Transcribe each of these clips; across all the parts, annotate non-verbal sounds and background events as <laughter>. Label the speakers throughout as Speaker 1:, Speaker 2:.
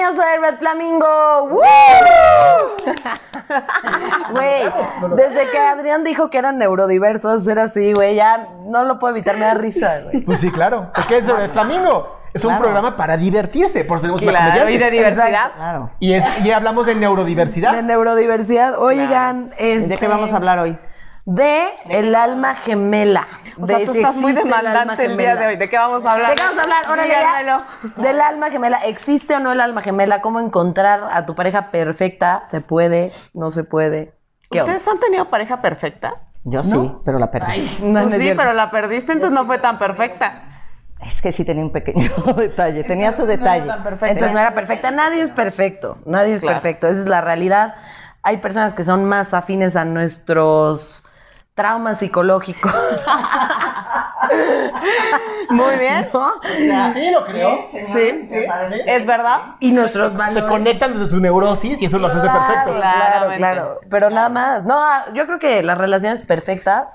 Speaker 1: yo soy Red Flamingo.
Speaker 2: <laughs>
Speaker 1: ¡Woo! Güey, desde que Adrián dijo que eran neurodiversos, era así, güey. Ya no lo puedo evitar, me da risa, güey.
Speaker 3: Pues sí, claro. Porque es sobre el flamingo. Es un
Speaker 2: Claro.
Speaker 3: programa para divertirse. Por eso tenemos una
Speaker 2: Claro, y de
Speaker 3: comediante.
Speaker 2: diversidad.
Speaker 4: Claro.
Speaker 3: Y, es, y hablamos de
Speaker 1: De
Speaker 3: neurodiversidad.
Speaker 1: neurodiversidad. Oigan, este,
Speaker 4: ¿De qué vamos a hablar hoy?
Speaker 1: De el alma gemela.
Speaker 2: O sea,
Speaker 1: De
Speaker 2: tú
Speaker 1: si
Speaker 2: estás muy
Speaker 1: existe el alma
Speaker 2: demandante el, día
Speaker 1: gemela.
Speaker 2: de hoy. ¿De qué vamos a hablar?
Speaker 1: ¿De qué vamos a hablar? Órale, ya.
Speaker 2: Díganmelo.
Speaker 1: Del alma gemela. ¿Existe o no el alma gemela? ¿Cómo encontrar a tu pareja perfecta? ¿Se puede? ¿No se puede? ¿Qué onda?
Speaker 2: ¿Ustedes han tenido pareja perfecta?
Speaker 4: Yo sí, pero la perdí.
Speaker 1: <laughs> No,
Speaker 2: Tú
Speaker 1: no es
Speaker 2: pues sí,
Speaker 1: cierto.
Speaker 2: pero la perdiste, entonces no fue tan perfecta.
Speaker 4: Es que sí tenía un pequeño <laughs> detalle. Tenía su detalle.
Speaker 2: tan perfecta.
Speaker 1: Entonces no era perfecta. Nadie es perfecto. Nadie es
Speaker 2: Claro.
Speaker 1: perfecto. Esa es la realidad. Hay personas que son más afines a nuestros traumas
Speaker 3: <laughs>
Speaker 1: psicológicos.
Speaker 2: Muy bien.
Speaker 1: ¿no?
Speaker 3: Sí, lo creo.
Speaker 2: Sí, es verdad.
Speaker 1: Y nuestros valores.
Speaker 3: Se conectan desde su neurosis y eso los hace
Speaker 1: Claro,
Speaker 3: perfectos.
Speaker 1: claro,
Speaker 2: Claramente.
Speaker 1: claro. Pero nada más. No, ah, yo creo que las relaciones perfectas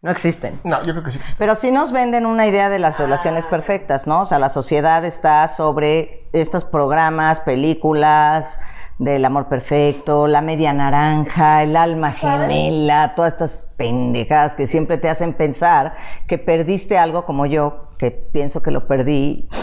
Speaker 1: no existen.
Speaker 3: No, yo creo que sí
Speaker 4: <laughs>
Speaker 3: existe.
Speaker 4: Pero sí nos venden una idea de las relaciones perfectas, ¿no? O sea, la sociedad está sobre estos programas, películas del amor perfecto, la media naranja, el alma gemela, todas estas pendejadas que siempre te hacen pensar que perdiste algo como yo, que pienso que lo perdí. <laughs>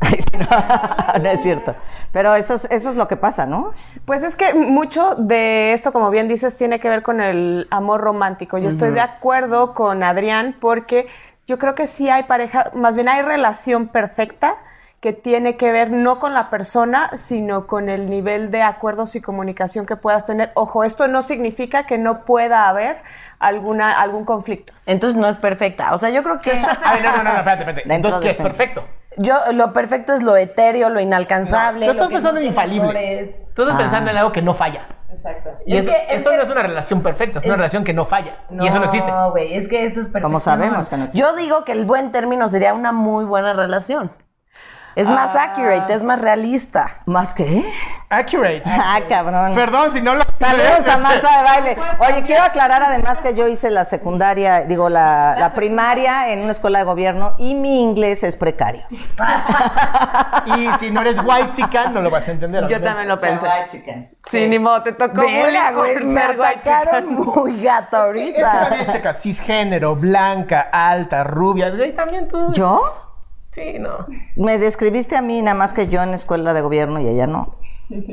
Speaker 4: Ay, sí, no, <laughs> no es cierto. Pero eso es, eso es lo que pasa, ¿no?
Speaker 2: Pues es que mucho de esto, como bien dices, tiene que ver con el amor romántico. Yo estoy de acuerdo con Adrián porque yo creo que sí hay pareja, más bien hay relación perfecta que tiene que ver no con la persona, sino con el nivel de acuerdos y comunicación que puedas tener. Ojo, esto no significa que no pueda haber alguna, algún conflicto.
Speaker 1: Entonces no es perfecta. O sea, yo creo que
Speaker 3: Ay, no, no, no, no, espérate, espérate.
Speaker 4: Dentro
Speaker 3: Entonces, ¿qué
Speaker 4: de
Speaker 3: es
Speaker 4: sí.
Speaker 3: perfecto?
Speaker 1: yo lo perfecto es lo etéreo, lo inalcanzable. lo
Speaker 3: Tú estás
Speaker 1: que
Speaker 3: pensando
Speaker 1: no
Speaker 3: en
Speaker 1: tiene
Speaker 3: infalible.
Speaker 1: errores.
Speaker 3: Tú estás
Speaker 4: Ah.
Speaker 3: pensando en algo que no falla. Exacto. Y eso, eso no es una relación perfecta, es una relación que no falla. y eso no existe.
Speaker 1: No, güey, es que eso es perfecto.
Speaker 4: Como sabemos que no existe.
Speaker 1: Yo digo que el buen término sería una muy buena relación. Es más accurate, es más ¿eh? realista.
Speaker 4: ¿Más qué?
Speaker 3: Accurate.
Speaker 4: <laughs> Ah, cabrón.
Speaker 3: Perdón si no lo
Speaker 4: Saludos a Marta de baile.
Speaker 1: <laughs>
Speaker 4: Oye, quiero aclarar además que yo hice la secundaria, digo, la, la primaria en una escuela de gobierno y mi inglés es precario.
Speaker 3: <laughs> Y si no eres white chica, no lo vas a entender.
Speaker 2: Yo
Speaker 3: obviamente.
Speaker 2: también lo pensé. Sí, ni modo, te tocó
Speaker 1: Verga, güey,
Speaker 2: bullying por
Speaker 1: me
Speaker 2: ser guay,
Speaker 1: atacaron
Speaker 2: chica.
Speaker 1: muy gato
Speaker 3: Es que también,
Speaker 1: ahorita.
Speaker 3: checa, cisgénero, blanca, alta, rubia. Y también tú.
Speaker 4: ¿Yo?
Speaker 3: Sí, no.
Speaker 4: Me describiste a mí nada más que yo en escuela de gobierno y ella no.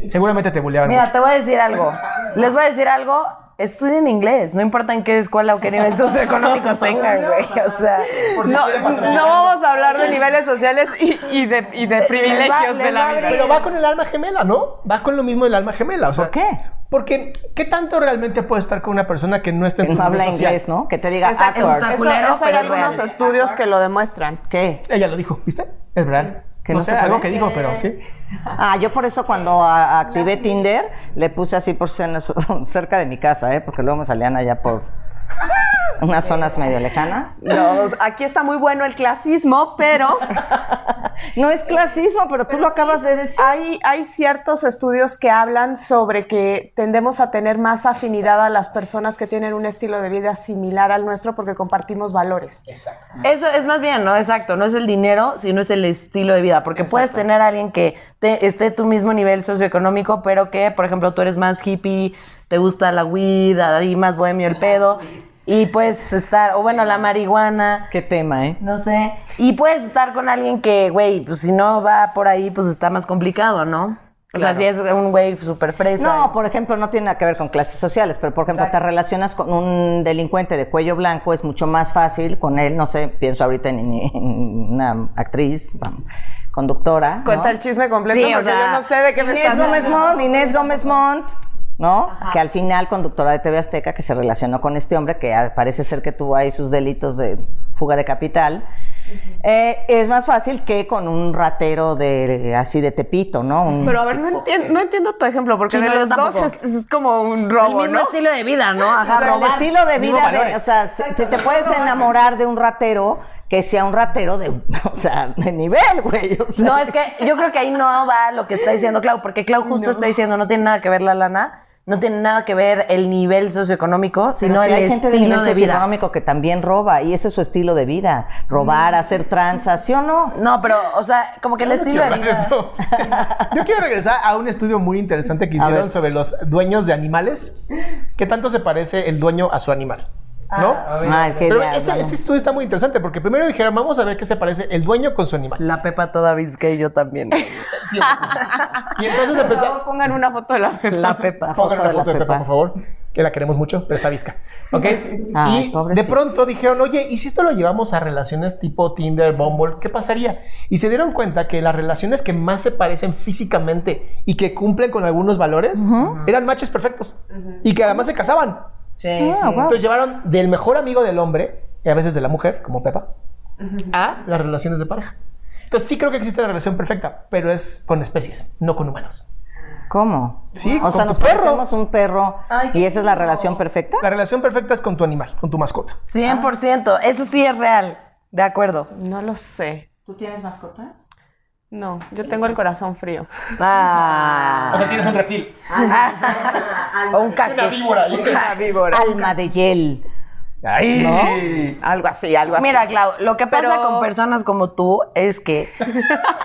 Speaker 3: Seguramente te buleaban
Speaker 1: Mira,
Speaker 3: mucho.
Speaker 1: te voy a decir algo. Les voy a decir algo. Estudien inglés, no importa en qué escuela o qué nivel socioeconómico tengan, güey. O sea,
Speaker 2: No, no vamos a hablar de niveles sociales y, y de, y de privilegios de
Speaker 1: les va
Speaker 2: la
Speaker 1: a
Speaker 2: vida.
Speaker 1: abrir-
Speaker 3: Pero va con el alma gemela, ¿no? Va con lo mismo del alma gemela. O sea,
Speaker 4: ¿Por qué?
Speaker 3: Porque, ¿qué tanto realmente puedes estar con una persona que no está en
Speaker 4: Que
Speaker 3: tu
Speaker 4: no
Speaker 3: grupo
Speaker 4: habla
Speaker 3: social?
Speaker 4: inglés, ¿no? Que te diga
Speaker 2: Exacto.
Speaker 1: eso
Speaker 4: awkward.
Speaker 1: está
Speaker 2: Eso-
Speaker 1: culero,
Speaker 2: eso hay
Speaker 1: pero es
Speaker 2: algunos
Speaker 1: real.
Speaker 2: estudios que lo demuestran.
Speaker 4: ¿Qué?
Speaker 3: Ella lo dijo, ¿viste? Es verdad.
Speaker 4: Que
Speaker 3: no,
Speaker 4: no
Speaker 3: sé,
Speaker 4: se
Speaker 3: algo
Speaker 4: puede.
Speaker 3: que dijo, pero sí.
Speaker 4: Ah, yo por eso cuando a- activé Tinder le puse así por cena- <laughs> cerca de mi casa, ¿eh? Porque luego me salían allá por unas zonas medio lejanas.
Speaker 2: Los- aquí está muy bueno el clasismo, pero
Speaker 4: No es clasismo, pero tú lo acabas de decir.
Speaker 2: hay, hay ciertos estudios que hablan sobre que tendemos a tener más afinidad a las personas que tienen un estilo de vida similar al nuestro porque compartimos valores.
Speaker 1: Eso es más bien, ¿no? Exacto, no es el dinero, sino es el estilo de vida, porque puedes tener a alguien que te- esté a tu mismo nivel socioeconómico, pero que, por ejemplo, tú eres más hippie, te gusta la weed, ahí más bohemio el pedo, y puedes estar, o bueno, la marihuana,
Speaker 4: Qué tema, ¿eh?
Speaker 1: no sé, y puedes estar con alguien que, güey, pues si no va por ahí, pues está más complicado, ¿no? O sea, si es un güey súper fresa.
Speaker 4: No, por ejemplo, no tiene nada que ver con clases sociales, pero por ejemplo, te relacionas con un delincuente de cuello blanco, es mucho más fácil con él, no sé, pienso ahorita en, en una actriz, vamos, conductora. ¿no?
Speaker 2: Cuenta el chisme completo
Speaker 1: Sí, o
Speaker 2: porque
Speaker 1: sea,
Speaker 2: yo no sé de qué me
Speaker 4: Inés
Speaker 2: estás
Speaker 4: Gómez
Speaker 2: hablando.
Speaker 4: Mont, Inés Gómez Mont, ¿no? Que al final, conductora de TV Azteca, que se relacionó con este hombre, que a- parece ser que tuvo ahí sus delitos de fuga de capital. eh, es más fácil que con un ratero de así de Tepito, ¿no? Un-
Speaker 2: Pero a ver, no, entien- no entiendo tu ejemplo, porque
Speaker 1: Sí,
Speaker 2: de
Speaker 1: no, yo
Speaker 2: los dos
Speaker 1: tampoco.
Speaker 2: es, es como un
Speaker 1: el
Speaker 2: robo,
Speaker 1: mismo
Speaker 2: ¿no?
Speaker 1: estilo de vida, ¿no? Ajá,
Speaker 4: O sea,
Speaker 1: robar.
Speaker 4: El estilo de
Speaker 3: mismos
Speaker 4: vida, de,
Speaker 3: valores.
Speaker 4: o sea, si- te, te puedes enamorar de un ratero que sea un ratero de, <laughs> o sea, de nivel, güey. o sea.
Speaker 1: No, es que yo creo que ahí no va lo que está diciendo Clau, porque Clau justo está diciendo no tiene nada que ver la lana, no tiene nada que ver el nivel socioeconómico, sino
Speaker 4: Pero sí
Speaker 1: el
Speaker 4: hay gente de
Speaker 1: estilo de,
Speaker 4: nivel
Speaker 1: vida.
Speaker 4: socioeconómico que también roba y ese es su estilo de vida. Robar, hacer tranzas, ¿sí o no?
Speaker 1: No, pero, o sea, como que el estilo de
Speaker 3: Quiero hablar de
Speaker 1: vida.
Speaker 3: esto. Yo quiero regresar a un estudio muy interesante que
Speaker 4: A
Speaker 3: hicieron
Speaker 4: ver.
Speaker 3: sobre los dueños de animales. ¿Qué tanto se parece el dueño a su animal?
Speaker 4: Ah,
Speaker 3: ¿No?
Speaker 4: Mal, qué
Speaker 3: Pero
Speaker 4: diablo.
Speaker 3: este, este estudio está muy interesante porque primero dijeron, vamos a ver qué se parece el dueño con su animal.
Speaker 1: La Pepa toda bizca y yo también.
Speaker 3: <laughs> Y entonces
Speaker 2: Por
Speaker 3: empezaron...
Speaker 2: favor, pongan una foto
Speaker 1: <laughs>
Speaker 2: de la
Speaker 1: La Pepa.
Speaker 3: Pongan una foto de Pepa,
Speaker 4: Pepa.
Speaker 3: por favor, que la queremos mucho, pero está visca. ¿Ok?
Speaker 4: Ay,
Speaker 3: y de
Speaker 4: pobrecita.
Speaker 3: pronto dijeron, oye, ¿y si esto lo llevamos a relaciones tipo Tinder, Bumble? ¿Qué pasaría? Y se dieron cuenta que las relaciones que más se parecen físicamente y que cumplen con algunos valores eran matches perfectos y que además se casaban.
Speaker 1: Sí,
Speaker 4: Ah,
Speaker 1: sí.
Speaker 4: guau.
Speaker 3: Entonces llevaron del mejor amigo del hombre, y a veces de la mujer, como Pepa, a las relaciones de pareja. Entonces sí creo que existe la relación perfecta, pero es con especies, no con humanos.
Speaker 4: ¿Cómo?
Speaker 3: Sí,
Speaker 4: o
Speaker 3: con
Speaker 4: sea,
Speaker 3: tu
Speaker 4: nos
Speaker 3: perro.
Speaker 4: parecemos un perro
Speaker 1: Ay, qué
Speaker 4: y esa es la relación perfecta.
Speaker 3: La relación perfecta es con tu animal, con tu mascota.
Speaker 1: 100%. Eso sí es real. De acuerdo.
Speaker 2: No lo sé.
Speaker 5: ¿Tú tienes mascotas?
Speaker 2: No, yo tengo el
Speaker 1: <laughs>
Speaker 2: corazón frío.
Speaker 1: Ah.
Speaker 3: O sea, tienes un reptil.
Speaker 1: O un cactus.
Speaker 2: Una víbora.
Speaker 4: Alma de hiel.
Speaker 3: Ahí.
Speaker 2: Algo así, algo así.
Speaker 1: Mira, Clau, lo que pasa
Speaker 2: Pero-
Speaker 1: con personas como tú es que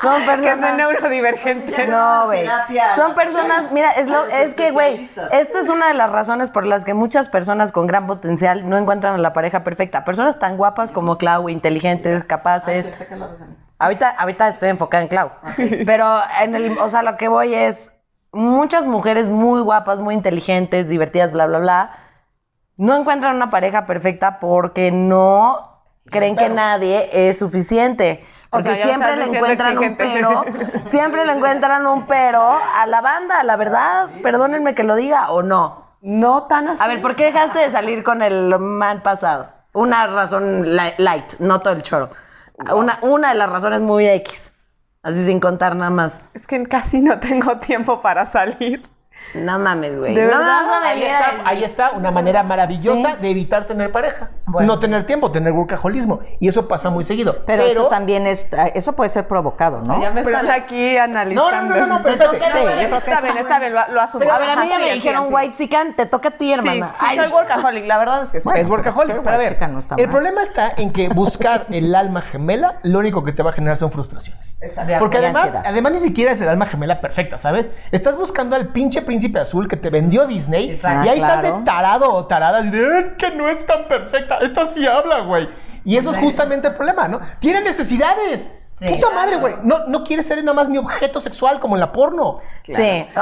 Speaker 1: son
Speaker 2: que es
Speaker 1: personas...
Speaker 2: neurodivergente.
Speaker 1: No, güey.
Speaker 5: Terapia.
Speaker 1: Son personas, mira, es, lo,
Speaker 5: Los
Speaker 1: es que, güey,
Speaker 5: especialistas.
Speaker 1: esta es una de las razones por las que muchas personas con gran potencial no encuentran a la pareja perfecta. Personas tan guapas como Clau, inteligentes,
Speaker 5: Ay,
Speaker 1: capaces.
Speaker 5: saca la rosa.
Speaker 1: Ahorita, ahorita estoy enfocada en Clau. Pero en el, o sea, lo que voy es muchas mujeres muy guapas, muy inteligentes, divertidas, bla, bla, bla, no encuentran una pareja perfecta porque no creen que nadie es suficiente.
Speaker 2: O
Speaker 1: Porque
Speaker 2: sea, ya
Speaker 1: siempre
Speaker 2: estás
Speaker 1: le
Speaker 2: diciendo
Speaker 1: encuentran un
Speaker 2: exigente. <laughs>
Speaker 1: pero, siempre le encuentran un pero a la banda, la verdad, perdónenme que lo diga o no.
Speaker 2: No tan así.
Speaker 1: A ver, ¿por qué dejaste de salir con el man pasado? Una razón li- light, no todo el choro. Una, una de las razones muy X. Así sin contar nada más.
Speaker 2: Es que casi no tengo tiempo para salir.
Speaker 1: No mames, güey.
Speaker 2: ¿De
Speaker 1: No me
Speaker 2: verdad?
Speaker 1: vas a
Speaker 3: Ahí
Speaker 1: venir
Speaker 3: está, ahí está una manera maravillosa de evitar tener pareja. No tener tiempo, tener workaholismo. Y eso pasa muy seguido.
Speaker 4: Pero, eso también es, eso puede ser provocado, ¿no?
Speaker 2: Ya me están aquí
Speaker 3: No, no,
Speaker 2: analizando.
Speaker 3: no, no, no, pero
Speaker 1: Te toca
Speaker 3: espérate.
Speaker 1: el-
Speaker 4: Sí, yo creo que
Speaker 2: Está bien, está bien, lo, lo asumo.
Speaker 1: a ver, a
Speaker 2: Ajá,
Speaker 1: mí ya me
Speaker 2: sigan,
Speaker 1: dijeron
Speaker 2: sigan,
Speaker 1: white sican, te toca a ti,
Speaker 2: sigan.
Speaker 1: hermana.
Speaker 2: Sí, sí,
Speaker 1: Ay,
Speaker 2: soy workaholic, la verdad es que sí.
Speaker 3: es workaholic,
Speaker 4: pero
Speaker 3: pero a ver,
Speaker 4: chica no está
Speaker 3: el
Speaker 4: mal.
Speaker 3: problema está en que buscar el alma gemela, lo único que te va a generar son frustraciones. Porque
Speaker 4: Y
Speaker 3: además,
Speaker 4: ansiedad.
Speaker 3: además ni siquiera es el alma gemela perfecta, ¿sabes? Estás buscando al pinche príncipe azul que te vendió Disney
Speaker 4: Exacto.
Speaker 3: y ahí estás
Speaker 4: Claro.
Speaker 3: de tarado o tarada, así de, es que no es tan perfecta, esta sí habla, güey. Y eso es justamente el problema, ¿no? Tiene necesidades. Puta madre, güey. No, no quieres ser nada más mi objeto sexual como en la porno.
Speaker 1: Sí, o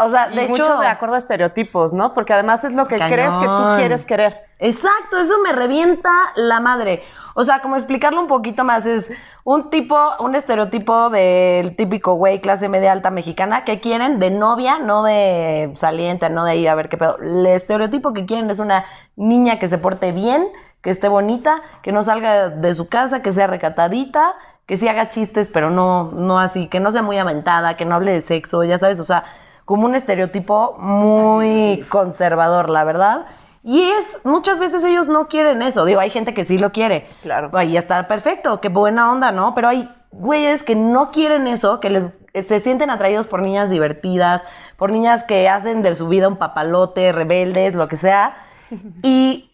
Speaker 1: sea,
Speaker 2: Y
Speaker 1: de
Speaker 2: mucho
Speaker 1: hecho.
Speaker 2: de acuerdo a estereotipos, ¿no? Porque además es lo que
Speaker 1: Cañón.
Speaker 2: crees que tú quieres querer.
Speaker 1: Exacto, eso me revienta la madre. O sea, como explicarlo un poquito más, es un tipo, un estereotipo del típico güey clase media alta mexicana que quieren de novia, no de saliente, no de ir a ver qué pedo. El estereotipo que quieren es una niña que se porte bien, que esté bonita, que no salga de su casa, que sea recatadita, que sí haga chistes, pero no, no así, que no sea muy aventada, que no hable de sexo, ya sabes, o sea, como un estereotipo muy conservador, la verdad. Y es, muchas veces ellos no quieren eso. Digo, hay gente que sí lo quiere.
Speaker 2: Claro.
Speaker 1: Ahí está perfecto, qué buena onda, ¿no? Pero hay güeyes que no quieren eso, que les eh, se sienten atraídos por niñas divertidas, por niñas que hacen de su vida un papalote, rebeldes, lo que <laughs> sea. Y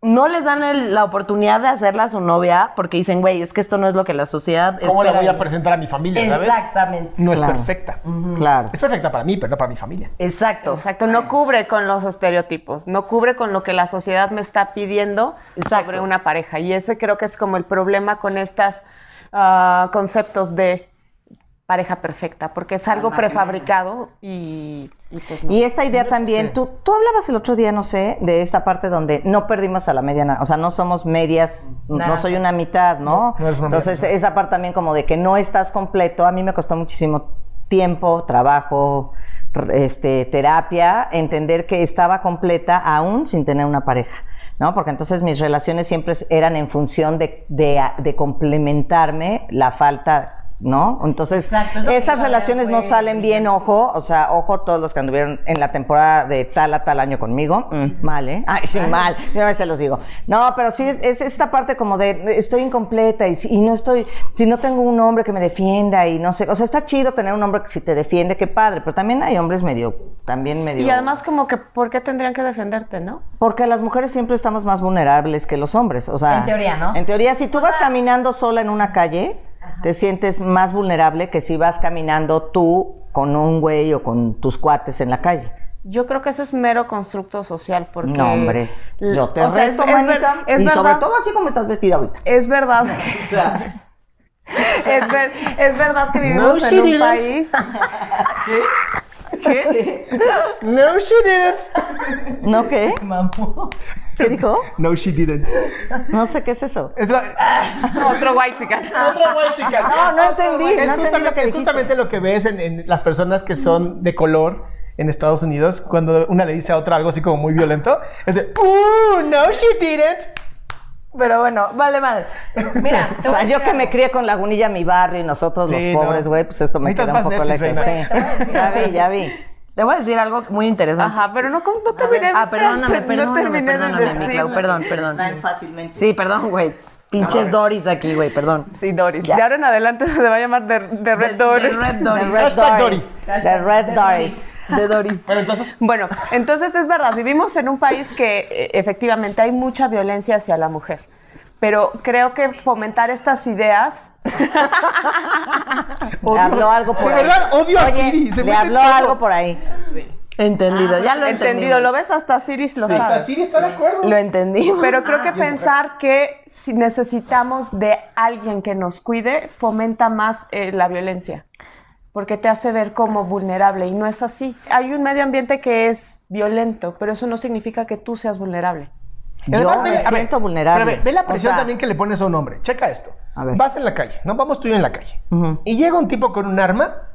Speaker 1: no les dan el- la oportunidad de hacerla a su novia porque dicen, güey, es que esto no es lo que la sociedad
Speaker 3: ¿Cómo
Speaker 1: espera.
Speaker 3: la voy a
Speaker 1: de mí".
Speaker 3: presentar a mi familia, sabes?
Speaker 1: Exactamente.
Speaker 3: No es
Speaker 4: Claro.
Speaker 3: perfecta.
Speaker 4: Claro.
Speaker 3: Es perfecta para mí, pero no para mi familia.
Speaker 1: Exacto.
Speaker 2: Exacto, no cubre con los estereotipos, no cubre con lo que la sociedad me está pidiendo
Speaker 1: Exacto.
Speaker 2: sobre una pareja. Y ese creo que es como el problema con estos ah, conceptos de pareja perfecta, porque es algo prefabricado y, y pues no.
Speaker 4: Y esta idea también,
Speaker 3: sí.
Speaker 4: tú, tú hablabas el otro día, no sé, de esta parte donde no perdimos a la media, na- o sea, no somos medias, no soy una mitad, ¿no?
Speaker 3: No, no eres una
Speaker 4: Entonces,
Speaker 3: mitad,
Speaker 4: esa parte también como de que no estás completo, a mí me costó muchísimo tiempo, trabajo, r- este, terapia, entender que estaba completa aún sin tener una pareja. ¿No? Porque entonces mis relaciones siempre eran en función de, de, a- de complementarme la falta ¿no? Entonces,
Speaker 1: Exacto, es lo que iba a
Speaker 4: esas
Speaker 1: ver,
Speaker 4: relaciones no
Speaker 1: güey,
Speaker 4: salen bien,
Speaker 1: sí.
Speaker 4: ojo, o sea, ojo todos los que anduvieron en la temporada de tal a tal año conmigo, mm, mal, ¿eh? Ay, sí, mal, yo a veces los digo. No, pero sí, es, es esta parte como de estoy incompleta y, si- y no estoy, si no tengo un hombre que me defienda y no sé, o sea, está chido tener un hombre que si te defiende, qué padre, pero también hay hombres medio, también medio...
Speaker 2: Y además como que, ¿por qué tendrían que defenderte, no?
Speaker 4: Porque las mujeres siempre estamos más vulnerables que los hombres, o sea...
Speaker 5: En teoría, ¿no?
Speaker 4: En teoría, si tú vas caminando sola en una calle, te sientes más vulnerable que si vas caminando tú con un güey o con tus cuates en la calle.
Speaker 2: Yo creo que eso es mero constructo social, porque...
Speaker 4: No, hombre.
Speaker 2: L-
Speaker 4: Yo te
Speaker 2: o sea, es-
Speaker 4: reto,
Speaker 2: es ver-
Speaker 4: manita,
Speaker 2: es
Speaker 4: y sobre
Speaker 2: verdad.
Speaker 4: todo así como estás vestida ahorita.
Speaker 2: Es
Speaker 4: <laughs>
Speaker 2: verdad. es, ver- es verdad que vivimos
Speaker 3: No, she
Speaker 2: en un
Speaker 3: didn't.
Speaker 2: país. ¿Qué?
Speaker 3: No, she didn't.
Speaker 4: ¿No qué? ¿Qué dijo?
Speaker 3: No, she didn't.
Speaker 4: No sé qué es eso.
Speaker 3: Es la-
Speaker 2: <laughs> Otro white chica.
Speaker 3: Otra guay, chica.
Speaker 4: No, no entendí,
Speaker 3: Es,
Speaker 4: no entendí lo
Speaker 3: justamente,
Speaker 4: que
Speaker 3: es
Speaker 4: dijiste.
Speaker 3: justamente lo que ves en, en las personas que son de color en Estados Unidos, cuando una le dice a otra algo así como muy violento, es de, ¡Uh, no, she didn't!
Speaker 1: Pero bueno, vale madre. <laughs> Mira,
Speaker 4: O
Speaker 1: te voy a
Speaker 4: sea, yo
Speaker 1: decir
Speaker 4: que me crié con Lagunilla, mi barrio, y nosotros
Speaker 3: Sí,
Speaker 4: los pobres,
Speaker 3: no.
Speaker 4: güey, pues esto me
Speaker 3: Necesitas
Speaker 4: queda un
Speaker 3: más
Speaker 4: poco lejos.
Speaker 3: Netflix, reina.
Speaker 4: Sí, ya vi, ya vi.
Speaker 1: algo- Te voy a decir algo muy interesante.
Speaker 2: Ajá, pero no, con- no terminé. de-
Speaker 1: Ah, perdóname,
Speaker 2: no
Speaker 1: perdóname,
Speaker 2: terminé de
Speaker 1: perdóname, mi
Speaker 2: decir.
Speaker 1: Clau, perdón, perdón.
Speaker 4: fácilmente.
Speaker 1: Sí, perdón, güey. Pinches Doris aquí, güey, perdón.
Speaker 2: Sí, Doris.
Speaker 1: Ya.
Speaker 2: De ahora en adelante <laughs> se va a llamar de, de Red Doris.
Speaker 1: De Red
Speaker 4: The
Speaker 1: Doris.
Speaker 4: Red
Speaker 3: Hashtag
Speaker 4: Doris. The Red Doris.
Speaker 1: De Doris.
Speaker 3: Pero entonces,
Speaker 2: Bueno, entonces es verdad, vivimos en un país que eh, efectivamente hay mucha violencia hacia la mujer. Pero creo que fomentar estas ideas
Speaker 4: Le habló algo por
Speaker 3: de
Speaker 4: ahí.
Speaker 3: verdad, odio a
Speaker 4: Oye,
Speaker 3: Siri. se
Speaker 4: Le
Speaker 3: mete
Speaker 4: habló
Speaker 3: todo.
Speaker 4: algo por ahí.
Speaker 1: Entendido, ya lo
Speaker 2: Ah, entendido.
Speaker 1: entendido.
Speaker 2: Lo ves hasta Siris lo
Speaker 3: Hasta
Speaker 2: sabe.
Speaker 3: Siri está de acuerdo.
Speaker 1: Lo entendí.
Speaker 2: Pero creo que pensar que si necesitamos de alguien que nos cuide fomenta más eh, la violencia, porque te hace ver como vulnerable y no es así. Hay un medio ambiente que es violento, pero eso no significa que tú seas vulnerable.
Speaker 3: Y
Speaker 4: Yo
Speaker 3: además,
Speaker 4: me
Speaker 3: a ver,
Speaker 4: siento vulnerable.
Speaker 3: pero a ver, ve la
Speaker 4: O
Speaker 3: presión
Speaker 4: sea,
Speaker 3: también que le pones a un hombre. Checa esto.
Speaker 4: A ver.
Speaker 3: Vas en la calle, ¿no? Vamos tú y yo en la calle.
Speaker 4: Ujú.
Speaker 3: Y llega un tipo con un arma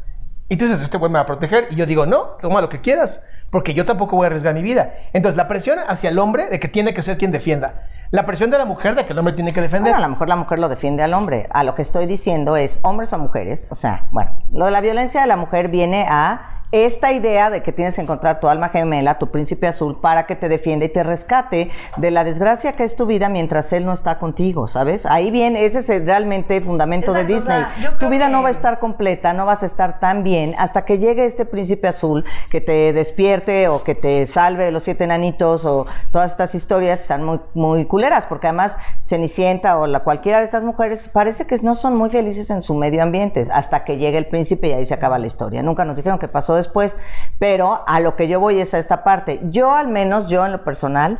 Speaker 3: y tú dices, este güey me va a proteger. Y yo digo, no, toma lo que quieras, porque yo tampoco voy a arriesgar mi vida. Entonces, la presión hacia el hombre de que tiene que ser quien defienda. La presión de la mujer de que el hombre tiene que defender.
Speaker 4: Bueno, a lo mejor la mujer lo defiende al hombre. A lo que estoy diciendo es, hombres o mujeres, o sea, bueno, lo de la violencia de la mujer viene a esta idea de que tienes que encontrar tu alma gemela, tu príncipe azul, para que te defienda y te rescate de la desgracia que es tu vida mientras él no está contigo, ¿sabes? Ahí viene, ese es el realmente fundamento de
Speaker 5: Exacto, o
Speaker 4: Disney.
Speaker 5: sea, yo
Speaker 4: tu
Speaker 5: creo
Speaker 4: vida no
Speaker 5: que-
Speaker 4: va a estar completa, no vas a estar tan bien hasta que llegue este príncipe azul que te despierte o que te salve de los siete enanitos o todas estas historias que están muy, muy culeras, porque además Cenicienta o la cualquiera de estas mujeres parece que no son muy felices en su medio ambiente hasta que llegue el príncipe y ahí se acaba la historia. Nunca nos dijeron qué pasó después, pero a lo que yo voy es a esta parte. Yo al menos, yo en lo personal,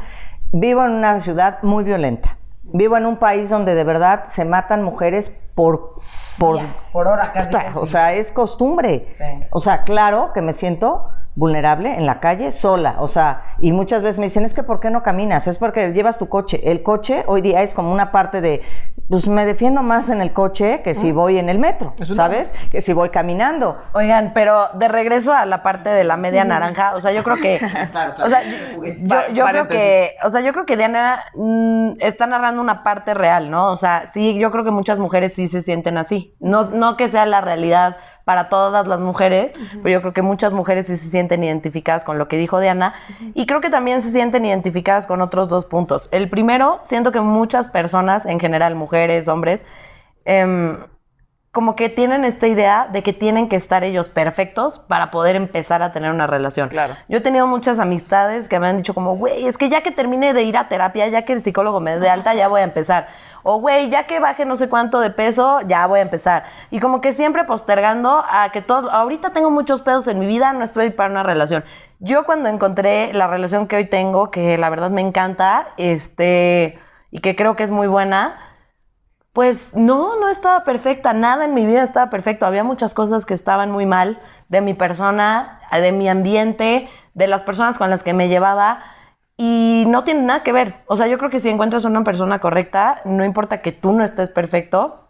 Speaker 4: vivo en una ciudad muy violenta. Vivo en un país donde de verdad se matan mujeres por, por,
Speaker 5: Por hora casi.
Speaker 4: Ta-
Speaker 5: casi.
Speaker 4: o sea, es costumbre.
Speaker 5: Sí.
Speaker 4: O sea, claro que me siento vulnerable en la calle sola, o sea, y muchas veces me dicen, es que ¿por qué no caminas? Es porque llevas tu coche. El coche hoy día es como una parte de, pues me defiendo más en el coche que si voy en el metro,
Speaker 3: Es una-
Speaker 4: ¿sabes? Que si voy caminando.
Speaker 1: Oigan, pero de regreso a la parte de la media naranja, o sea, yo creo que, o sea, yo, yo- yo creo que, o sea, yo creo que Diana mm, está narrando una parte real, ¿no? O sea, sí, yo creo que muchas mujeres sí se sienten así, no, no que sea la realidad para todas las mujeres, pero yo creo que muchas mujeres sí se sienten identificadas con lo que dijo Diana y creo que también se sienten identificadas con otros dos puntos. El primero, siento que muchas personas, en general, mujeres, hombres, em, como que tienen esta idea de que tienen que estar ellos perfectos para poder empezar a tener una relación.
Speaker 2: Claro.
Speaker 1: Yo he tenido muchas amistades que me han dicho como, güey, es que ya que termine de ir a terapia, ya que el psicólogo me dé de alta, ya voy a empezar. O, güey, ya que baje no sé cuánto de peso, ya voy a empezar. Y como que siempre postergando a que todos, ahorita tengo muchos pedos en mi vida, no estoy para una relación. Yo cuando encontré la relación que hoy tengo, que la verdad me encanta, este, y que creo que es muy buena, pues no, no estaba perfecta, nada en mi vida estaba perfecto, había muchas cosas que estaban muy mal de mi persona, de mi ambiente, de las personas con las que me llevaba y no tiene nada que ver. O sea, yo creo que si encuentras a una persona correcta, no importa que tú no estés perfecto,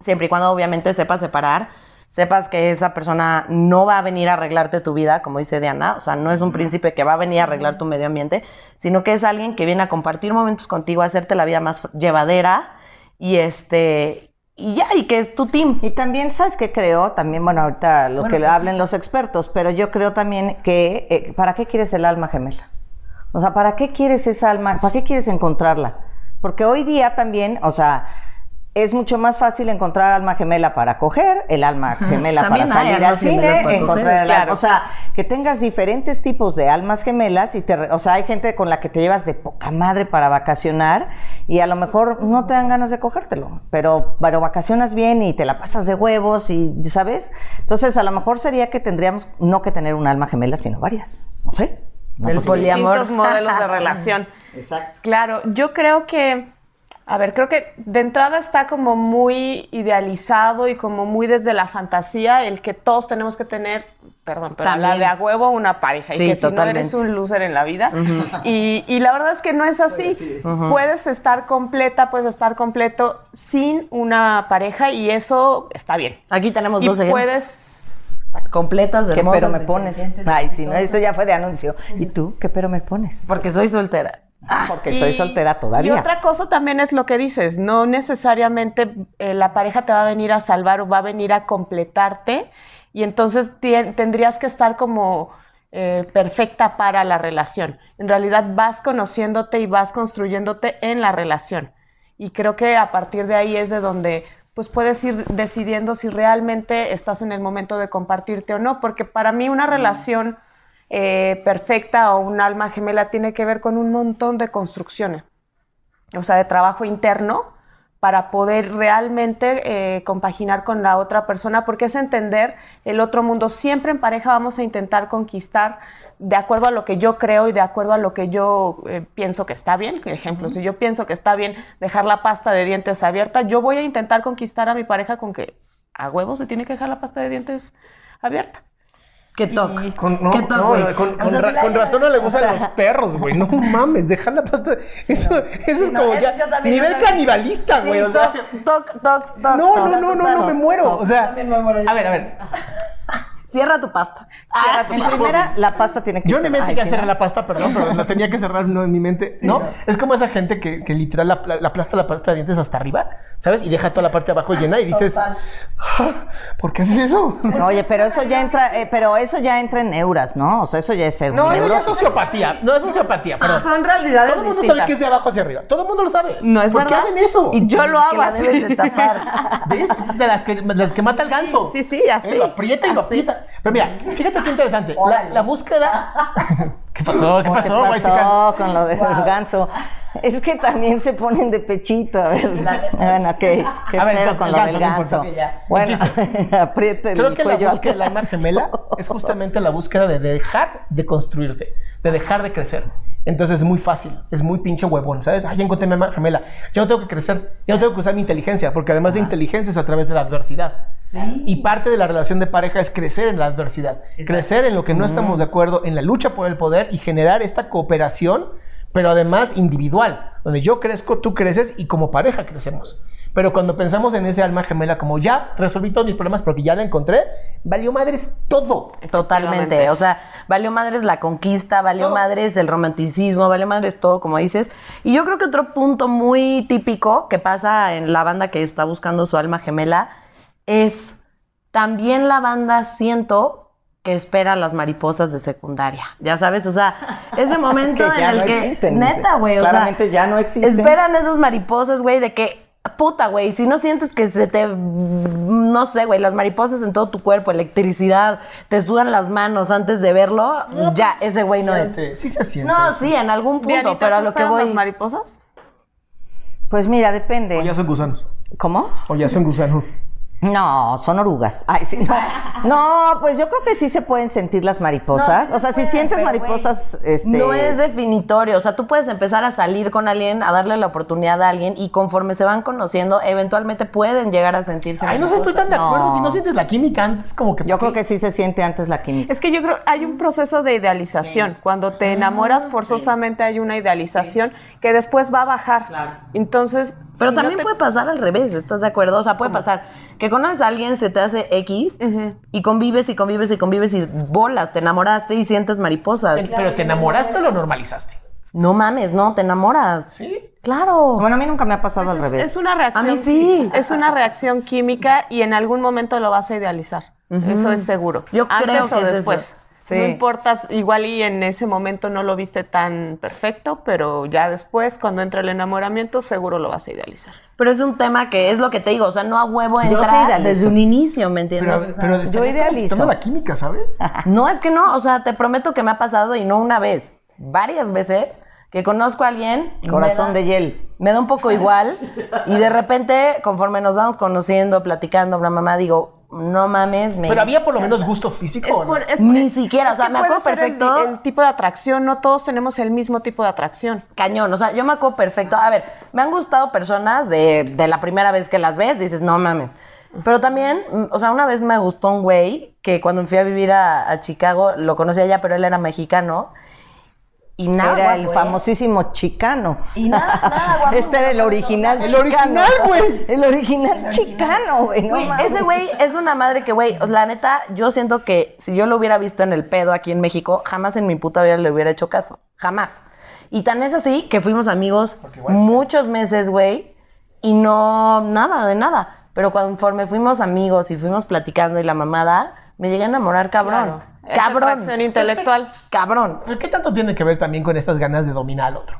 Speaker 1: siempre y cuando obviamente sepas separar, sepas que esa persona no va a venir a arreglarte tu vida, como dice Diana, o sea, no es un príncipe que va a venir a arreglar tu medio ambiente, sino que es alguien que viene a compartir momentos contigo, a hacerte la vida más fr- llevadera y este y ya, y que es tu team.
Speaker 4: Y también, ¿sabes qué creo? También, bueno, ahorita lo
Speaker 5: pues,
Speaker 4: que le hablen los expertos, pero yo creo también que, eh, ¿para qué quieres el alma gemela? O sea, ¿para qué quieres esa alma? ¿Para qué quieres encontrarla? Porque hoy día también, o sea, es mucho más fácil encontrar alma gemela para coger, el alma gemela para
Speaker 1: También hay
Speaker 4: salir al
Speaker 1: almas gemelas
Speaker 4: cine,
Speaker 1: para coger,
Speaker 4: encontrar el alma-
Speaker 1: claro.
Speaker 4: O sea, que tengas diferentes tipos de almas gemelas y te, re- o sea, hay gente con la que te llevas de poca madre para vacacionar y a lo mejor no te dan ganas de cogértelo, pero, pero vacacionas bien y te la pasas de huevos y, ¿sabes? Entonces, a lo mejor sería que tendríamos no que tener un alma gemela, sino varias, no sé. Una
Speaker 1: Del
Speaker 4: posibilidad.
Speaker 1: poliamor.
Speaker 2: Distintos modelos de relación.
Speaker 4: Exacto.
Speaker 2: Claro, yo creo que, a ver, creo que de entrada está como muy idealizado y como muy desde la fantasía el que todos tenemos que tener, perdón, pero
Speaker 1: También.
Speaker 2: la de a huevo una pareja
Speaker 1: Sí,
Speaker 2: y que si
Speaker 1: totalmente.
Speaker 2: no eres un loser en la vida. y, y la verdad es que no es así. Puedes estar completa, puedes estar completo sin una pareja y eso está bien.
Speaker 1: <laughs> Aquí tenemos
Speaker 2: Y
Speaker 1: dos ejemplos.
Speaker 2: puedes...
Speaker 1: Completas, de
Speaker 4: ¿Qué
Speaker 1: hermosas.
Speaker 4: pero me pones? Ay, si no, eso ya fue de anuncio. ¿Y tú qué pero me pones?
Speaker 1: Porque soy soltera.
Speaker 4: Porque
Speaker 2: Y-
Speaker 4: soy soltera
Speaker 2: Y
Speaker 4: todavía.
Speaker 2: otra cosa también es lo que dices, no necesariamente eh, la pareja te va a venir a salvar o va a venir a completarte y entonces tien- tendrías que estar como eh, perfecta para la relación. En realidad vas conociéndote y vas construyéndote en la relación. Y creo que a partir de ahí es de donde pues puedes ir decidiendo si realmente estás en el momento de compartirte o no, porque para mí una relación eh, perfecta o un alma gemela tiene que ver con un montón de construcciones, o sea, de trabajo interno para poder realmente eh, compaginar con la otra persona, porque es entender el otro mundo. Siempre en pareja vamos a intentar conquistar de acuerdo a lo que yo creo y de acuerdo a lo que yo eh, pienso que está bien. Por ejemplo, si yo pienso que está bien dejar la pasta de dientes abierta, yo voy a intentar conquistar a mi pareja con que a huevo se tiene que dejar la pasta de dientes abierta.
Speaker 1: ¿Qué toc?
Speaker 3: Con, no,
Speaker 1: ¿Qué toc,
Speaker 3: no, eh,
Speaker 1: güey?
Speaker 3: con-
Speaker 1: O
Speaker 3: con
Speaker 1: sea,
Speaker 3: ra-
Speaker 1: sí la-
Speaker 3: con razón no le gustan los perros,
Speaker 1: <laughs>
Speaker 3: güey. No mames, dejar la pasta. Eso, eso es
Speaker 1: no,
Speaker 3: como
Speaker 1: eso
Speaker 3: ya
Speaker 1: yo también
Speaker 3: nivel
Speaker 1: no sabía.
Speaker 3: canibalista, güey. o sea,
Speaker 1: toc, toc, toc, toc.
Speaker 3: no, no, no, no, no, me muero. O sea,
Speaker 1: A ver, a ver. Cierra tu pasta.
Speaker 4: Ah, en primera, la pasta tiene que
Speaker 3: yo
Speaker 4: ser-
Speaker 3: ni me
Speaker 4: Ay,
Speaker 3: metí a
Speaker 4: sí,
Speaker 3: cerrar
Speaker 4: no.
Speaker 3: la pasta, perdón, pero la tenía que cerrar no, en mi mente. No, es como esa gente que, que literal la, la- la aplasta la pasta de dientes hasta arriba, ¿sabes? Y deja toda la parte de abajo llena y dices, "Ah, ¿por qué haces
Speaker 2: <laughs>
Speaker 3: eso?
Speaker 4: No, oye, pero eso ya entra, eh, pero eso ya entra en neuras, ¿no? O sea, eso ya es ser
Speaker 3: No,
Speaker 4: un
Speaker 3: eso
Speaker 4: neuro.
Speaker 3: ya es sociopatía. No, es sociopatía, perdón.
Speaker 2: Ah, Son realidades
Speaker 3: Todo el mundo sabe
Speaker 2: distintas.
Speaker 3: que es de abajo hacia arriba. Todo el mundo lo sabe.
Speaker 2: No es
Speaker 3: ¿Por
Speaker 2: verdad.
Speaker 3: qué hacen eso?
Speaker 2: Y yo lo
Speaker 1: que
Speaker 2: hago
Speaker 1: la
Speaker 2: así.
Speaker 1: debes de
Speaker 4: <laughs>
Speaker 1: tapar.
Speaker 3: <laughs> ¿Ves? Es De las que, las que mata el ganso.
Speaker 2: Sí, sí, así,
Speaker 3: Eh, Lo aprieta y lo
Speaker 2: así.
Speaker 3: aprieta. Pero mira, fíjate qué interesante. La, la
Speaker 2: <laughs>
Speaker 3: búsqueda. ¿Qué pasó? ¿Qué
Speaker 4: ¿Qué
Speaker 3: pasó, güey?
Speaker 4: pasó con lo del ganso? Es que también se ponen de pechito. A ver, bueno, ok. ¿Qué
Speaker 3: A ver,
Speaker 4: pedo
Speaker 3: entonces,
Speaker 4: con
Speaker 3: el
Speaker 4: lo del
Speaker 3: ganso, no
Speaker 4: ganso?
Speaker 3: importa.
Speaker 4: Bueno, <laughs> aprieta el
Speaker 3: Creo que
Speaker 4: cuello
Speaker 3: la
Speaker 4: al
Speaker 3: búsqueda de la alma
Speaker 4: ganso.
Speaker 3: gemela es justamente la búsqueda de dejar de construirte, de dejar de crecer. Entonces es muy fácil, es muy pinche huevón, ¿sabes? Ay, ya encontré mi alma gemela. Ya no tengo que crecer, ya no tengo que usar mi inteligencia, porque además de inteligencia es a través de la adversidad. Y parte de la relación de pareja es crecer en la adversidad, crecer en lo que no estamos de acuerdo, en la lucha por el poder y generar esta cooperación, pero además individual, donde yo crezco, tú creces y como pareja crecemos. Pero cuando pensamos en ese alma gemela como ya resolví todos mis problemas porque ya la encontré, valió madres todo.
Speaker 1: Totalmente,
Speaker 2: Efectivamente.
Speaker 1: o sea, valió madres la conquista, valió
Speaker 3: Todo.
Speaker 1: madres el romanticismo, valió madres todo, como dices. Y yo creo que otro punto muy típico que pasa en la banda que está buscando su alma gemela es también la banda siento que espera las mariposas de secundaria. Ya sabes, o sea,
Speaker 4: <laughs>
Speaker 1: ese momento
Speaker 4: Que ya
Speaker 1: en el
Speaker 4: no
Speaker 1: que
Speaker 4: existen,
Speaker 1: neta,
Speaker 4: dice.
Speaker 1: güey, o sea,
Speaker 4: Claramente ya no existen.
Speaker 1: Esperan esas mariposas, güey, de que puta, güey, si no sientes que se te mm, no sé, güey, las mariposas en todo tu cuerpo, electricidad, te sudan las manos antes de verlo, ya
Speaker 3: pues,
Speaker 1: ese güey no es.
Speaker 3: Siente, Sí se siente.
Speaker 1: No, sí, en algún punto,
Speaker 2: Dianita,
Speaker 1: pero a
Speaker 2: ¿tú
Speaker 1: lo que
Speaker 2: esperas
Speaker 1: voy
Speaker 2: las mariposas?
Speaker 4: Pues mira,
Speaker 3: O ya
Speaker 4: depende.
Speaker 3: son gusanos.
Speaker 4: ¿Cómo?
Speaker 3: O ya son gusanos.
Speaker 4: No, son orugas. Ay, sí, no. No, pues yo creo que sí se pueden sentir las mariposas.
Speaker 1: No, sí
Speaker 4: o sea,
Speaker 1: se pueden,
Speaker 4: si sientes
Speaker 1: pero,
Speaker 4: mariposas, este.
Speaker 1: No es definitorio, o sea, tú puedes empezar a salir con alguien, a darle la oportunidad a alguien y conforme se van conociendo, eventualmente pueden llegar a sentirse.
Speaker 3: Ay, no sé, estoy tan de
Speaker 4: No.
Speaker 3: acuerdo. Si no sientes la química antes, como que.
Speaker 4: Yo creo que sí se siente antes la química.
Speaker 2: Es que yo creo, hay un proceso de idealización. Cuando te
Speaker 1: Ah,
Speaker 2: enamoras, forzosamente hay una idealización que después va a bajar. Entonces,
Speaker 1: Pero
Speaker 2: si no
Speaker 1: también
Speaker 2: te-
Speaker 1: puede pasar al revés, ¿estás de acuerdo? O sea, puede pasar que conoces a alguien, se te hace X
Speaker 2: Ujú.
Speaker 1: y convives y convives y convives y bolas, te enamoraste y sientes mariposas.
Speaker 3: Pero te enamoraste o lo normalizaste.
Speaker 1: no mames, no, te enamoras.
Speaker 3: ¿Sí?
Speaker 1: Claro.
Speaker 4: Bueno, a mí nunca me ha pasado
Speaker 2: Pues
Speaker 4: al
Speaker 2: es,
Speaker 4: revés.
Speaker 2: es una reacción.
Speaker 1: A mí sí.
Speaker 2: Es una reacción química y en algún momento lo vas a idealizar. Eso es seguro.
Speaker 1: Yo creo
Speaker 2: Antes
Speaker 1: que
Speaker 2: o
Speaker 1: es eso.
Speaker 2: después.
Speaker 1: Sí.
Speaker 2: No importa, igual y en ese momento no lo viste tan perfecto, pero ya después, cuando entra el enamoramiento, seguro lo vas a idealizar.
Speaker 1: Pero es un tema que es lo que te digo, o sea, no a huevo
Speaker 4: Yo sí
Speaker 1: entrar
Speaker 4: idealizo.
Speaker 1: desde un inicio, ¿me
Speaker 3: Pero,
Speaker 1: entiendes? O sea,
Speaker 3: pero estarías como
Speaker 4: idealizo. Ah,
Speaker 3: quitando la química, ¿sabes?
Speaker 1: No, es que no, o sea, te prometo que me ha pasado y no una vez, varias veces que conozco a alguien. y
Speaker 4: Corazón
Speaker 1: me da-
Speaker 4: de hiel.
Speaker 1: Me da un poco igual y de repente, conforme nos vamos conociendo, platicando, bla, mamá, digo, no mames, me.
Speaker 3: Pero había por lo menos gusto físico.
Speaker 2: Es
Speaker 3: ¿o no?
Speaker 2: por- es-
Speaker 1: Ni siquiera, o sea,
Speaker 2: que
Speaker 1: me
Speaker 2: puede
Speaker 1: acuerdo
Speaker 2: ser el-
Speaker 1: perfecto.
Speaker 2: El, tipo de atracción, no todos tenemos el mismo tipo de atracción.
Speaker 1: Cañón, o sea, yo me acuerdo perfecto. A ver, me han gustado personas de, de la primera vez que las ves, dices, no mames. Pero también, mm, o sea, una vez me gustó un güey que cuando me fui a vivir a, a Chicago, lo conocí allá, pero él era mexicano. Y nada.
Speaker 4: Era el
Speaker 1: guapo, ¿eh?
Speaker 4: famosísimo chicano.
Speaker 1: Y nada, nada, guapo.
Speaker 4: <laughs> Este era el original
Speaker 3: El
Speaker 4: chicano.
Speaker 3: original, güey.
Speaker 4: El original chicano, güey. no
Speaker 1: Güey,
Speaker 4: mames.
Speaker 1: ese güey es una madre que, güey, la neta, yo siento que si yo lo hubiera visto en el pedo aquí en México, jamás en mi puta vida le hubiera hecho caso. Jamás. Y tan es así que fuimos amigos
Speaker 3: Porque igual-
Speaker 1: muchos meses, güey, y no, nada, de nada. Pero conforme fuimos amigos y fuimos platicando y la mamada, me llegué a enamorar, cabrón.
Speaker 2: Claro. Esa atracción
Speaker 1: Cabrón.
Speaker 2: intelectual.
Speaker 1: <laughs> Cabrón.
Speaker 3: ¿Pero qué tanto tiene que ver también con estas ganas de dominar al otro?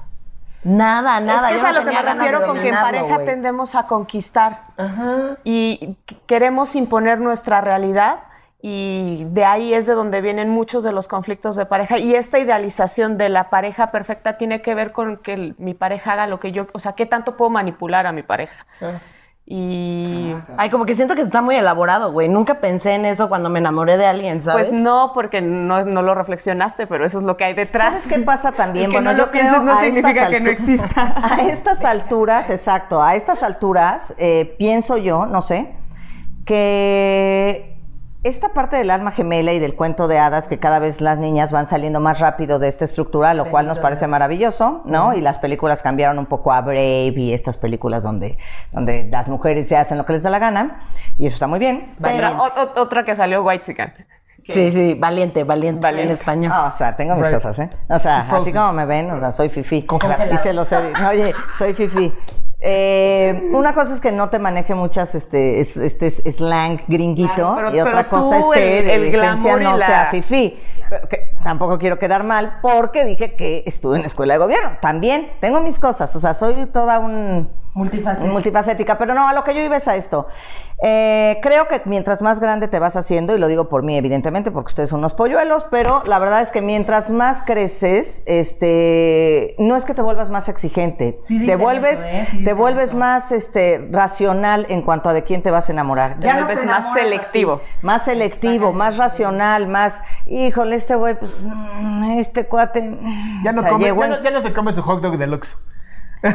Speaker 1: Nada, nada.
Speaker 2: es que
Speaker 1: yo
Speaker 2: es a
Speaker 1: no
Speaker 2: lo que
Speaker 1: tenía
Speaker 2: me
Speaker 1: ganas de
Speaker 2: refiero con que en
Speaker 1: dominarlo,
Speaker 2: pareja
Speaker 1: güey.
Speaker 2: tendemos a conquistar y qu- queremos imponer nuestra realidad y de ahí es de donde vienen muchos de los conflictos de pareja y esta idealización de la pareja perfecta tiene que ver con que el- mi pareja haga lo que yo, o sea, qué tanto puedo manipular a mi pareja.
Speaker 3: Ah.
Speaker 2: Y
Speaker 1: Ay, como que siento que está muy elaborado, güey. Nunca pensé en eso cuando me enamoré de alguien, ¿sabes?
Speaker 2: pues no, porque no, no lo reflexionaste, pero eso es lo que hay detrás.
Speaker 4: ¿Sabes qué pasa también?
Speaker 2: El <laughs> que no
Speaker 4: yo
Speaker 2: lo pienses
Speaker 4: creo
Speaker 2: no
Speaker 4: a
Speaker 2: significa
Speaker 4: estas
Speaker 2: que no
Speaker 4: altu- <laughs>
Speaker 2: exista.
Speaker 4: A estas alturas, exacto, a estas alturas, eh, pienso yo, no sé, que esta parte del alma gemela y del cuento de hadas, que cada vez las niñas van saliendo más rápido de esta estructura, lo cual nos parece maravilloso, ¿no? Y las películas cambiaron un poco a Brave y estas películas donde, donde las mujeres se hacen lo que les da la gana, y eso está muy bien.
Speaker 2: Otra, o- o- otra que salió White
Speaker 1: Sí, sí, valiente, valiente,
Speaker 2: Valiente.
Speaker 1: en español.
Speaker 4: Ah, o sea, tengo mis
Speaker 3: Right.
Speaker 4: cosas, ¿eh? O sea, así
Speaker 3: Frozen.
Speaker 4: como me ven, o sea, soy fifi.
Speaker 3: Congelada.
Speaker 4: Y se los he dicho. Oye, soy fifi. Eh, una cosa es que no te maneje muchas este, es- este es- slang gringuito
Speaker 2: Claro, pero-
Speaker 4: y otra
Speaker 2: pero tú,
Speaker 4: cosa es que
Speaker 2: el-
Speaker 4: de
Speaker 2: el
Speaker 4: esencia
Speaker 2: glamour y
Speaker 4: no
Speaker 2: la-
Speaker 4: sea fifi. Pero que tampoco quiero quedar mal porque dije que estuve en escuela de gobierno. También tengo mis cosas, o sea, soy toda un multifacética. pero no, a lo que yo iba es a esto. Eh, creo que mientras más grande te vas haciendo, y lo digo por mí, evidentemente, porque ustedes son unos polluelos, pero la verdad es que mientras más creces, este, no es que te vuelvas más exigente,
Speaker 1: Sí dicen
Speaker 4: te vuelves,
Speaker 1: eso, ¿eh? Sí
Speaker 4: te
Speaker 1: dicen
Speaker 4: vuelves
Speaker 1: eso.
Speaker 4: más este, racional en cuanto a de quién te vas a enamorar.
Speaker 2: Te
Speaker 4: Ya no
Speaker 2: vuelves
Speaker 4: te
Speaker 2: más
Speaker 4: enamoras así,
Speaker 2: selectivo.
Speaker 4: más selectivo, más racional, más, híjole, este güey, pues, mm, este cuate. mm,
Speaker 3: Ya no,
Speaker 4: te
Speaker 3: come,
Speaker 4: llegó
Speaker 3: ya,
Speaker 4: en-
Speaker 3: no, ya no se come su hot dog deluxe.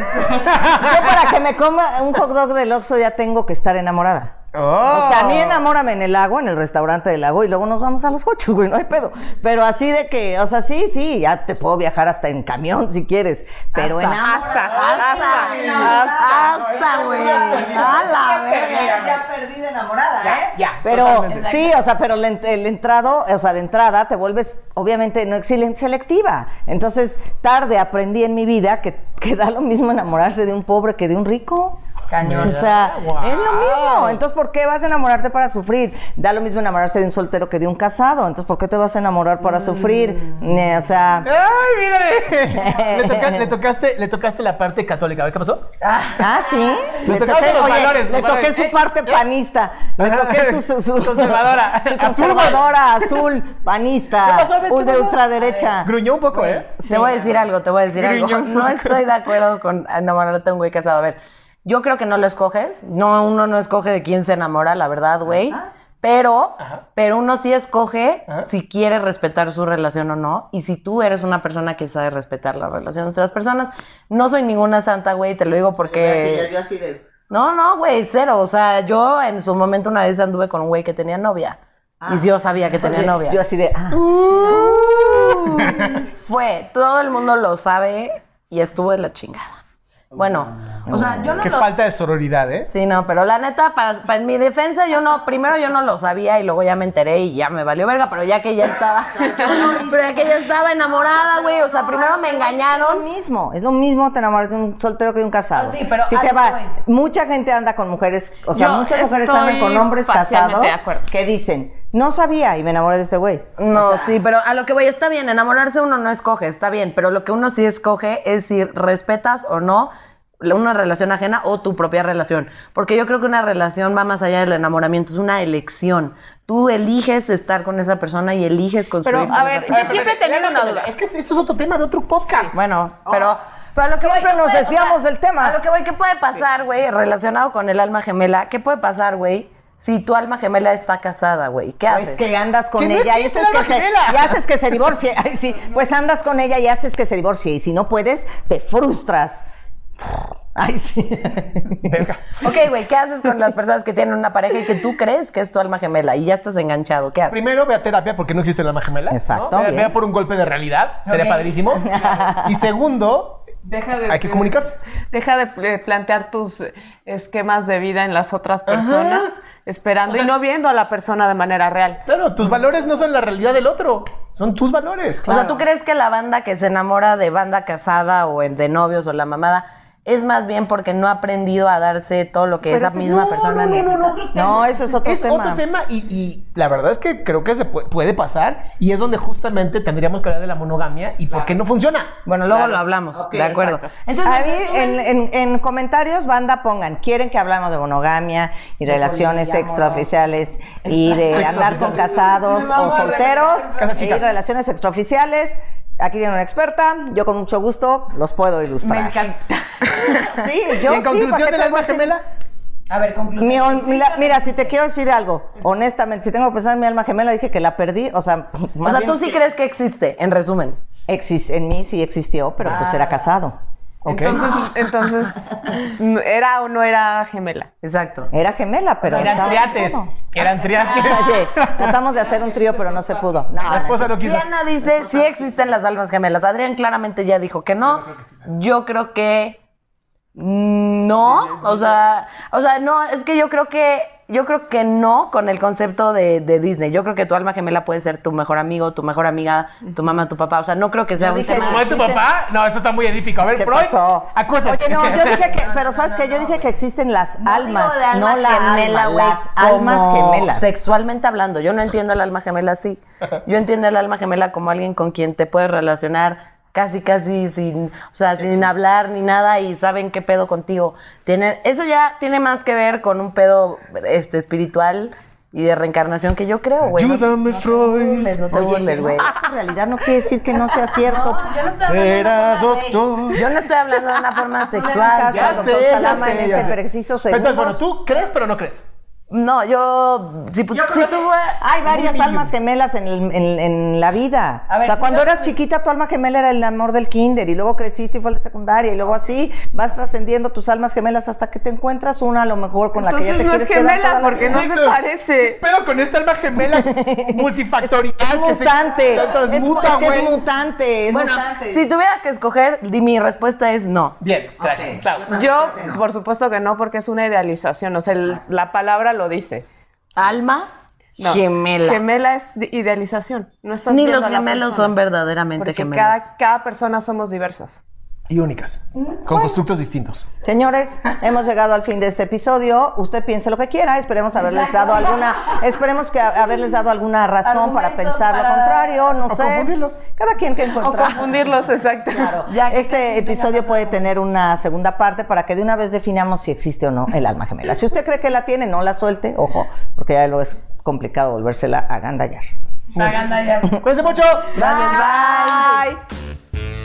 Speaker 4: Yo para que me coma un hot dog del Oxxo ya tengo que estar enamorada.
Speaker 3: <laughs> Oh.
Speaker 4: O sea, a mí enamórame en el lago, en el restaurante del lago, y luego nos vamos a los coches, güey, no hay pedo. Pero así de que, o sea, sí, sí, ya te puedo viajar hasta en camión si quieres. Pero
Speaker 1: Hasta,
Speaker 4: enamórame.
Speaker 2: Hasta, hasta, hasta.
Speaker 1: Hasta, güey. A la verga.
Speaker 4: perdí de enamorada, ¿eh?
Speaker 3: ya,
Speaker 4: Pero
Speaker 3: totalmente.
Speaker 4: sí, o sea, pero el, ent- el entrado, o sea, de entrada te vuelves, obviamente, no exilen- selectiva. Entonces, tarde aprendí en mi vida que, que da lo mismo enamorarse de un pobre que de un rico.
Speaker 3: Cañón.
Speaker 4: O sea,
Speaker 3: Wow.
Speaker 4: es lo mismo. Entonces, ¿por qué vas a enamorarte para sufrir? Da lo mismo enamorarse de un soltero que de un casado. Entonces, ¿por qué te vas a enamorar para sufrir?
Speaker 3: Mm.
Speaker 4: Ne- O sea,
Speaker 3: ¡Ay,
Speaker 4: <laughs>
Speaker 3: mírale! le, toca- le tocaste, le tocaste la parte católica. A ver qué pasó.
Speaker 4: ah, sí.
Speaker 3: <laughs> Le tocaste los valores,
Speaker 4: le
Speaker 3: los
Speaker 4: toqué
Speaker 3: valores.
Speaker 4: su
Speaker 3: Eh, <laughs>
Speaker 4: parte
Speaker 3: eh.
Speaker 4: panista. Le
Speaker 3: Ajá.
Speaker 4: toqué su, su-
Speaker 3: <laughs>
Speaker 4: su-
Speaker 3: Conservadora.
Speaker 4: <laughs> su
Speaker 3: Azul,
Speaker 4: conservadora, azul, panista,
Speaker 3: ¿Qué pasó? A ver,
Speaker 4: un
Speaker 3: ¿qué
Speaker 4: de
Speaker 3: pasó?
Speaker 4: ultraderecha.
Speaker 3: Gruñó un poco, ¿eh?
Speaker 1: Te voy a decir algo, te voy a decir algo.
Speaker 3: Gruñó
Speaker 1: <laughs>
Speaker 3: un
Speaker 1: No estoy de acuerdo con ah, enamorarte de un güey casado. A ver, yo creo que no lo escoges. No, uno no escoge de quién se enamora, la verdad, güey. Pero, pero uno sí escoge
Speaker 3: Ajá.
Speaker 1: si quiere respetar su relación o no. Y si tú eres una persona que sabe respetar la relación de otras personas. No soy ninguna santa, güey, te lo digo porque... No, no, güey, cero. O sea, yo en su momento una vez anduve con un güey que tenía novia. Y yo sabía que tenía
Speaker 4: Ah. Oye,
Speaker 1: novia.
Speaker 4: Yo así de, ah,
Speaker 1: Fue, todo el mundo lo sabe y estuvo de la chingada. Bueno, O sea, yo no
Speaker 3: Qué
Speaker 1: lo-
Speaker 3: falta de sororidad, ¿eh?
Speaker 1: Sí, no, pero la neta, para, para- en mi defensa, yo no, primero yo no lo sabía y luego ya me enteré y ya me valió verga, pero ya que ya estaba, <laughs> pero ya que ya estaba enamorada, güey, o sea, primero me
Speaker 4: Es lo
Speaker 1: engañaron.
Speaker 4: mismo, es lo mismo te enamoras de un soltero que de un casado.
Speaker 1: Ah, sí, pero
Speaker 4: Si
Speaker 1: a
Speaker 4: te
Speaker 1: lo
Speaker 4: va,
Speaker 1: que
Speaker 4: mucha gente anda con mujeres, o sea,
Speaker 2: Yo
Speaker 4: muchas mujeres
Speaker 2: estoy
Speaker 4: andan con hombres
Speaker 2: parcialmente
Speaker 4: casados
Speaker 2: de acuerdo.
Speaker 4: que dicen, no sabía y me enamoré de este güey.
Speaker 1: No, sí, pero a lo que voy, está bien, enamorarse uno no escoge, está bien, pero lo que uno sí escoge es si respetas o no la- una relación ajena o tu propia relación, porque yo creo que una relación va más allá del enamoramiento, es una elección. Tú eliges estar con esa persona y eliges construir
Speaker 2: Pero,
Speaker 1: con
Speaker 2: a
Speaker 1: esa
Speaker 2: ver,
Speaker 1: persona.
Speaker 2: yo siempre he tenido una duda.
Speaker 3: Es que esto es otro tema de otro podcast.
Speaker 1: Bueno, pero, oh, pero a lo que
Speaker 4: Siempre
Speaker 1: voy, ¿qué
Speaker 4: nos
Speaker 1: puede-
Speaker 4: desviamos del tema.
Speaker 1: A lo que voy, ¿qué puede pasar, güey? Relacionado con el alma gemela, ¿qué puede pasar, güey? Si tu alma gemela está casada, güey, ¿qué
Speaker 4: Pues
Speaker 1: haces?
Speaker 4: que andas con
Speaker 3: Que no
Speaker 4: ella y,
Speaker 3: existe
Speaker 4: haces
Speaker 3: la
Speaker 4: que se,
Speaker 3: vaginela.
Speaker 4: y haces que se divorcie. Ay, sí, pues andas con ella y haces que se divorcie. Y si no puedes, te frustras. Ay, sí.
Speaker 3: Verga.
Speaker 1: Ok, güey, ¿qué haces con las personas que tienen una pareja y que tú crees que es tu alma gemela y ya estás enganchado? ¿Qué haces?
Speaker 3: Primero ve a terapia porque no existe la alma gemela. ¿no?
Speaker 4: Exacto,
Speaker 3: Ve-
Speaker 4: bien.
Speaker 3: Vea por un golpe de realidad, sería padrísimo. Y segundo,
Speaker 2: Deja de,
Speaker 3: hay que comunicarse.
Speaker 2: Deja de pl- de plantear tus esquemas de vida en las otras personas, esperando y no viendo a la persona de manera real.
Speaker 3: Claro, tus valores no son la realidad del otro, son tus valores.
Speaker 1: O sea, ¿tú crees que la banda que se enamora de banda casada o en- de novios o la mamada es más bien porque no ha aprendido a darse todo lo que esa
Speaker 2: Pero eso es-
Speaker 1: misma
Speaker 3: No,
Speaker 1: persona
Speaker 3: no, no,
Speaker 1: necesita?
Speaker 3: no, no.
Speaker 4: No, eso es otro
Speaker 3: es
Speaker 4: tema.
Speaker 3: otro tema y, y la verdad es que creo que se pu- puede pasar y es donde justamente tendríamos que hablar de la monogamia y por qué no funciona.
Speaker 1: Bueno, luego lo hablamos,
Speaker 4: Ok,
Speaker 1: de acuerdo.
Speaker 4: exacto.
Speaker 1: Entonces,
Speaker 4: a mí, en, en- en comentarios, banda, pongan, quieren que hablamos de monogamia y relaciones extraoficiales y de andar con casados o solteros
Speaker 3: Casas
Speaker 4: y
Speaker 3: chicas.
Speaker 4: relaciones extraoficiales. Aquí tienen una experta, yo con mucho gusto los puedo ilustrar.
Speaker 2: Me encanta.
Speaker 4: Sí,
Speaker 3: Y
Speaker 4: yo
Speaker 3: en
Speaker 4: sí, porque
Speaker 3: conclusión de la
Speaker 4: tengo
Speaker 3: alma
Speaker 4: así-
Speaker 3: gemela,
Speaker 1: a ver, conclusión.
Speaker 4: Mi hon- mi la- mira, si te quiero decir algo, honestamente, si tengo que pensar en mi alma gemela, dije que la perdí, o sea,
Speaker 1: O
Speaker 4: más
Speaker 1: sea,
Speaker 4: bien
Speaker 1: tú sí crees que existe, en resumen.
Speaker 4: exis- en mí sí existió, pero pues
Speaker 1: Ah.
Speaker 4: era casado.
Speaker 3: ok.
Speaker 4: <laughs>
Speaker 2: Entonces, entonces, n- ¿era o no era gemela?
Speaker 1: Exacto.
Speaker 4: Era gemela, pero
Speaker 3: eran
Speaker 4: estaba
Speaker 3: triates,
Speaker 4: casado.
Speaker 3: eran
Speaker 4: Oye,
Speaker 3: triates.
Speaker 4: <laughs> tratamos de hacer un trío, pero no se pudo. No,
Speaker 3: La esposa no quiso.
Speaker 1: Diana dice, sí existen las almas gemelas. Adrián claramente ya dijo que no. Yo creo que no, o sea, o sea, no, es que yo creo que yo creo que no con el concepto de, de Disney. Yo creo que tu alma gemela puede ser tu mejor amigo, tu mejor amiga, tu mamá, tu papá. O sea, no creo que sea
Speaker 4: Yo
Speaker 1: un
Speaker 4: dije-
Speaker 1: tema.
Speaker 3: ¿Mamá de tu papá? No, eso está muy edípico. A ver,
Speaker 4: ¿Qué
Speaker 3: Freud,
Speaker 4: pasó?
Speaker 3: acuérdate.
Speaker 4: Oye, no, yo
Speaker 3: <laughs>
Speaker 4: dije que, pero sabes que yo dije que existen las almas,
Speaker 1: de alma
Speaker 4: no la
Speaker 1: gemela,
Speaker 4: alma,
Speaker 1: güey,
Speaker 4: las almas
Speaker 1: como
Speaker 4: gemelas.
Speaker 1: Sexualmente hablando, yo no entiendo el alma gemela así. Yo entiendo el alma gemela como alguien con quien te puedes relacionar casi, casi sin, o sea, sin hablar ni nada y saben qué pedo contigo. Tiene, eso ya tiene más que ver con un pedo este, espiritual y de reencarnación que yo creo, güey. No-
Speaker 3: Ayúdame,
Speaker 1: No te
Speaker 3: Freud.
Speaker 1: burles, no te burles, güey.
Speaker 4: Ah, En realidad no quiere decir que no sea cierto.
Speaker 3: Será doctor.
Speaker 1: Yo no estoy hablando de una <laughs> forma
Speaker 4: hagan
Speaker 1: sexual.
Speaker 4: caso al
Speaker 1: yo-
Speaker 4: doctor Salama en este preciso
Speaker 3: Entonces,
Speaker 4: segundo.
Speaker 3: bueno, tú crees, pero no crees.
Speaker 1: No, yo... Si, pu- si tuve-
Speaker 4: Hay varias
Speaker 3: Muy
Speaker 4: almas gemelas en, el- en- en la vida.
Speaker 1: A ver,
Speaker 4: o sea,
Speaker 1: si
Speaker 4: cuando
Speaker 1: yo-
Speaker 4: eras chiquita, tu alma gemela era el amor del kinder y luego creciste y fue a la secundaria y luego así vas trascendiendo tus almas gemelas hasta que te encuentras una a lo mejor con la que ya
Speaker 2: Entonces
Speaker 4: te
Speaker 2: no es
Speaker 4: quieres quedar toda
Speaker 2: gemela
Speaker 4: la
Speaker 2: porque
Speaker 4: vida.
Speaker 2: no se
Speaker 3: Exacto.
Speaker 2: parece.
Speaker 3: Pero con esta alma gemela multifactorial que se
Speaker 4: mutante.
Speaker 3: que transmuta,
Speaker 4: es, porque es
Speaker 3: güey.
Speaker 4: mutante, es
Speaker 1: Bueno,
Speaker 4: mutante.
Speaker 1: si tuviera que escoger, di- mi respuesta es no.
Speaker 3: Bien, gracias. Claro.
Speaker 2: Yo, por supuesto que no, porque es una idealización. O sea, el- la palabra lo dice.
Speaker 1: Alma
Speaker 2: No.
Speaker 1: gemela.
Speaker 2: Gemela es de- idealización. No estás
Speaker 1: Ni
Speaker 2: viendo
Speaker 1: los
Speaker 2: a la
Speaker 1: gemelos
Speaker 2: persona.
Speaker 1: son verdaderamente
Speaker 2: Porque
Speaker 1: gemelos.
Speaker 2: Cada, cada persona somos diversas.
Speaker 3: Y únicas, con constructos distintos.
Speaker 4: Señores, hemos llegado al fin de este episodio. Usted piense lo que quiera. Esperemos haberles dado alguna, esperemos que a- haberles dado alguna razón para pensar lo contrario. No
Speaker 3: O
Speaker 4: sé.
Speaker 3: confundirlos.
Speaker 4: Cada quien que
Speaker 2: O
Speaker 1: <laughs>
Speaker 4: encuentra.
Speaker 2: confundirlos, exacto.
Speaker 1: Ya que
Speaker 4: este episodio puede tener una segunda parte para que de una vez definamos si existe o no el alma gemela. Si usted cree que la tiene, no la suelte, ojo, porque ya lo es complicado volvérsela a gandallar.
Speaker 3: Cuídense mucho.
Speaker 4: Gracias, bye.
Speaker 2: Bye.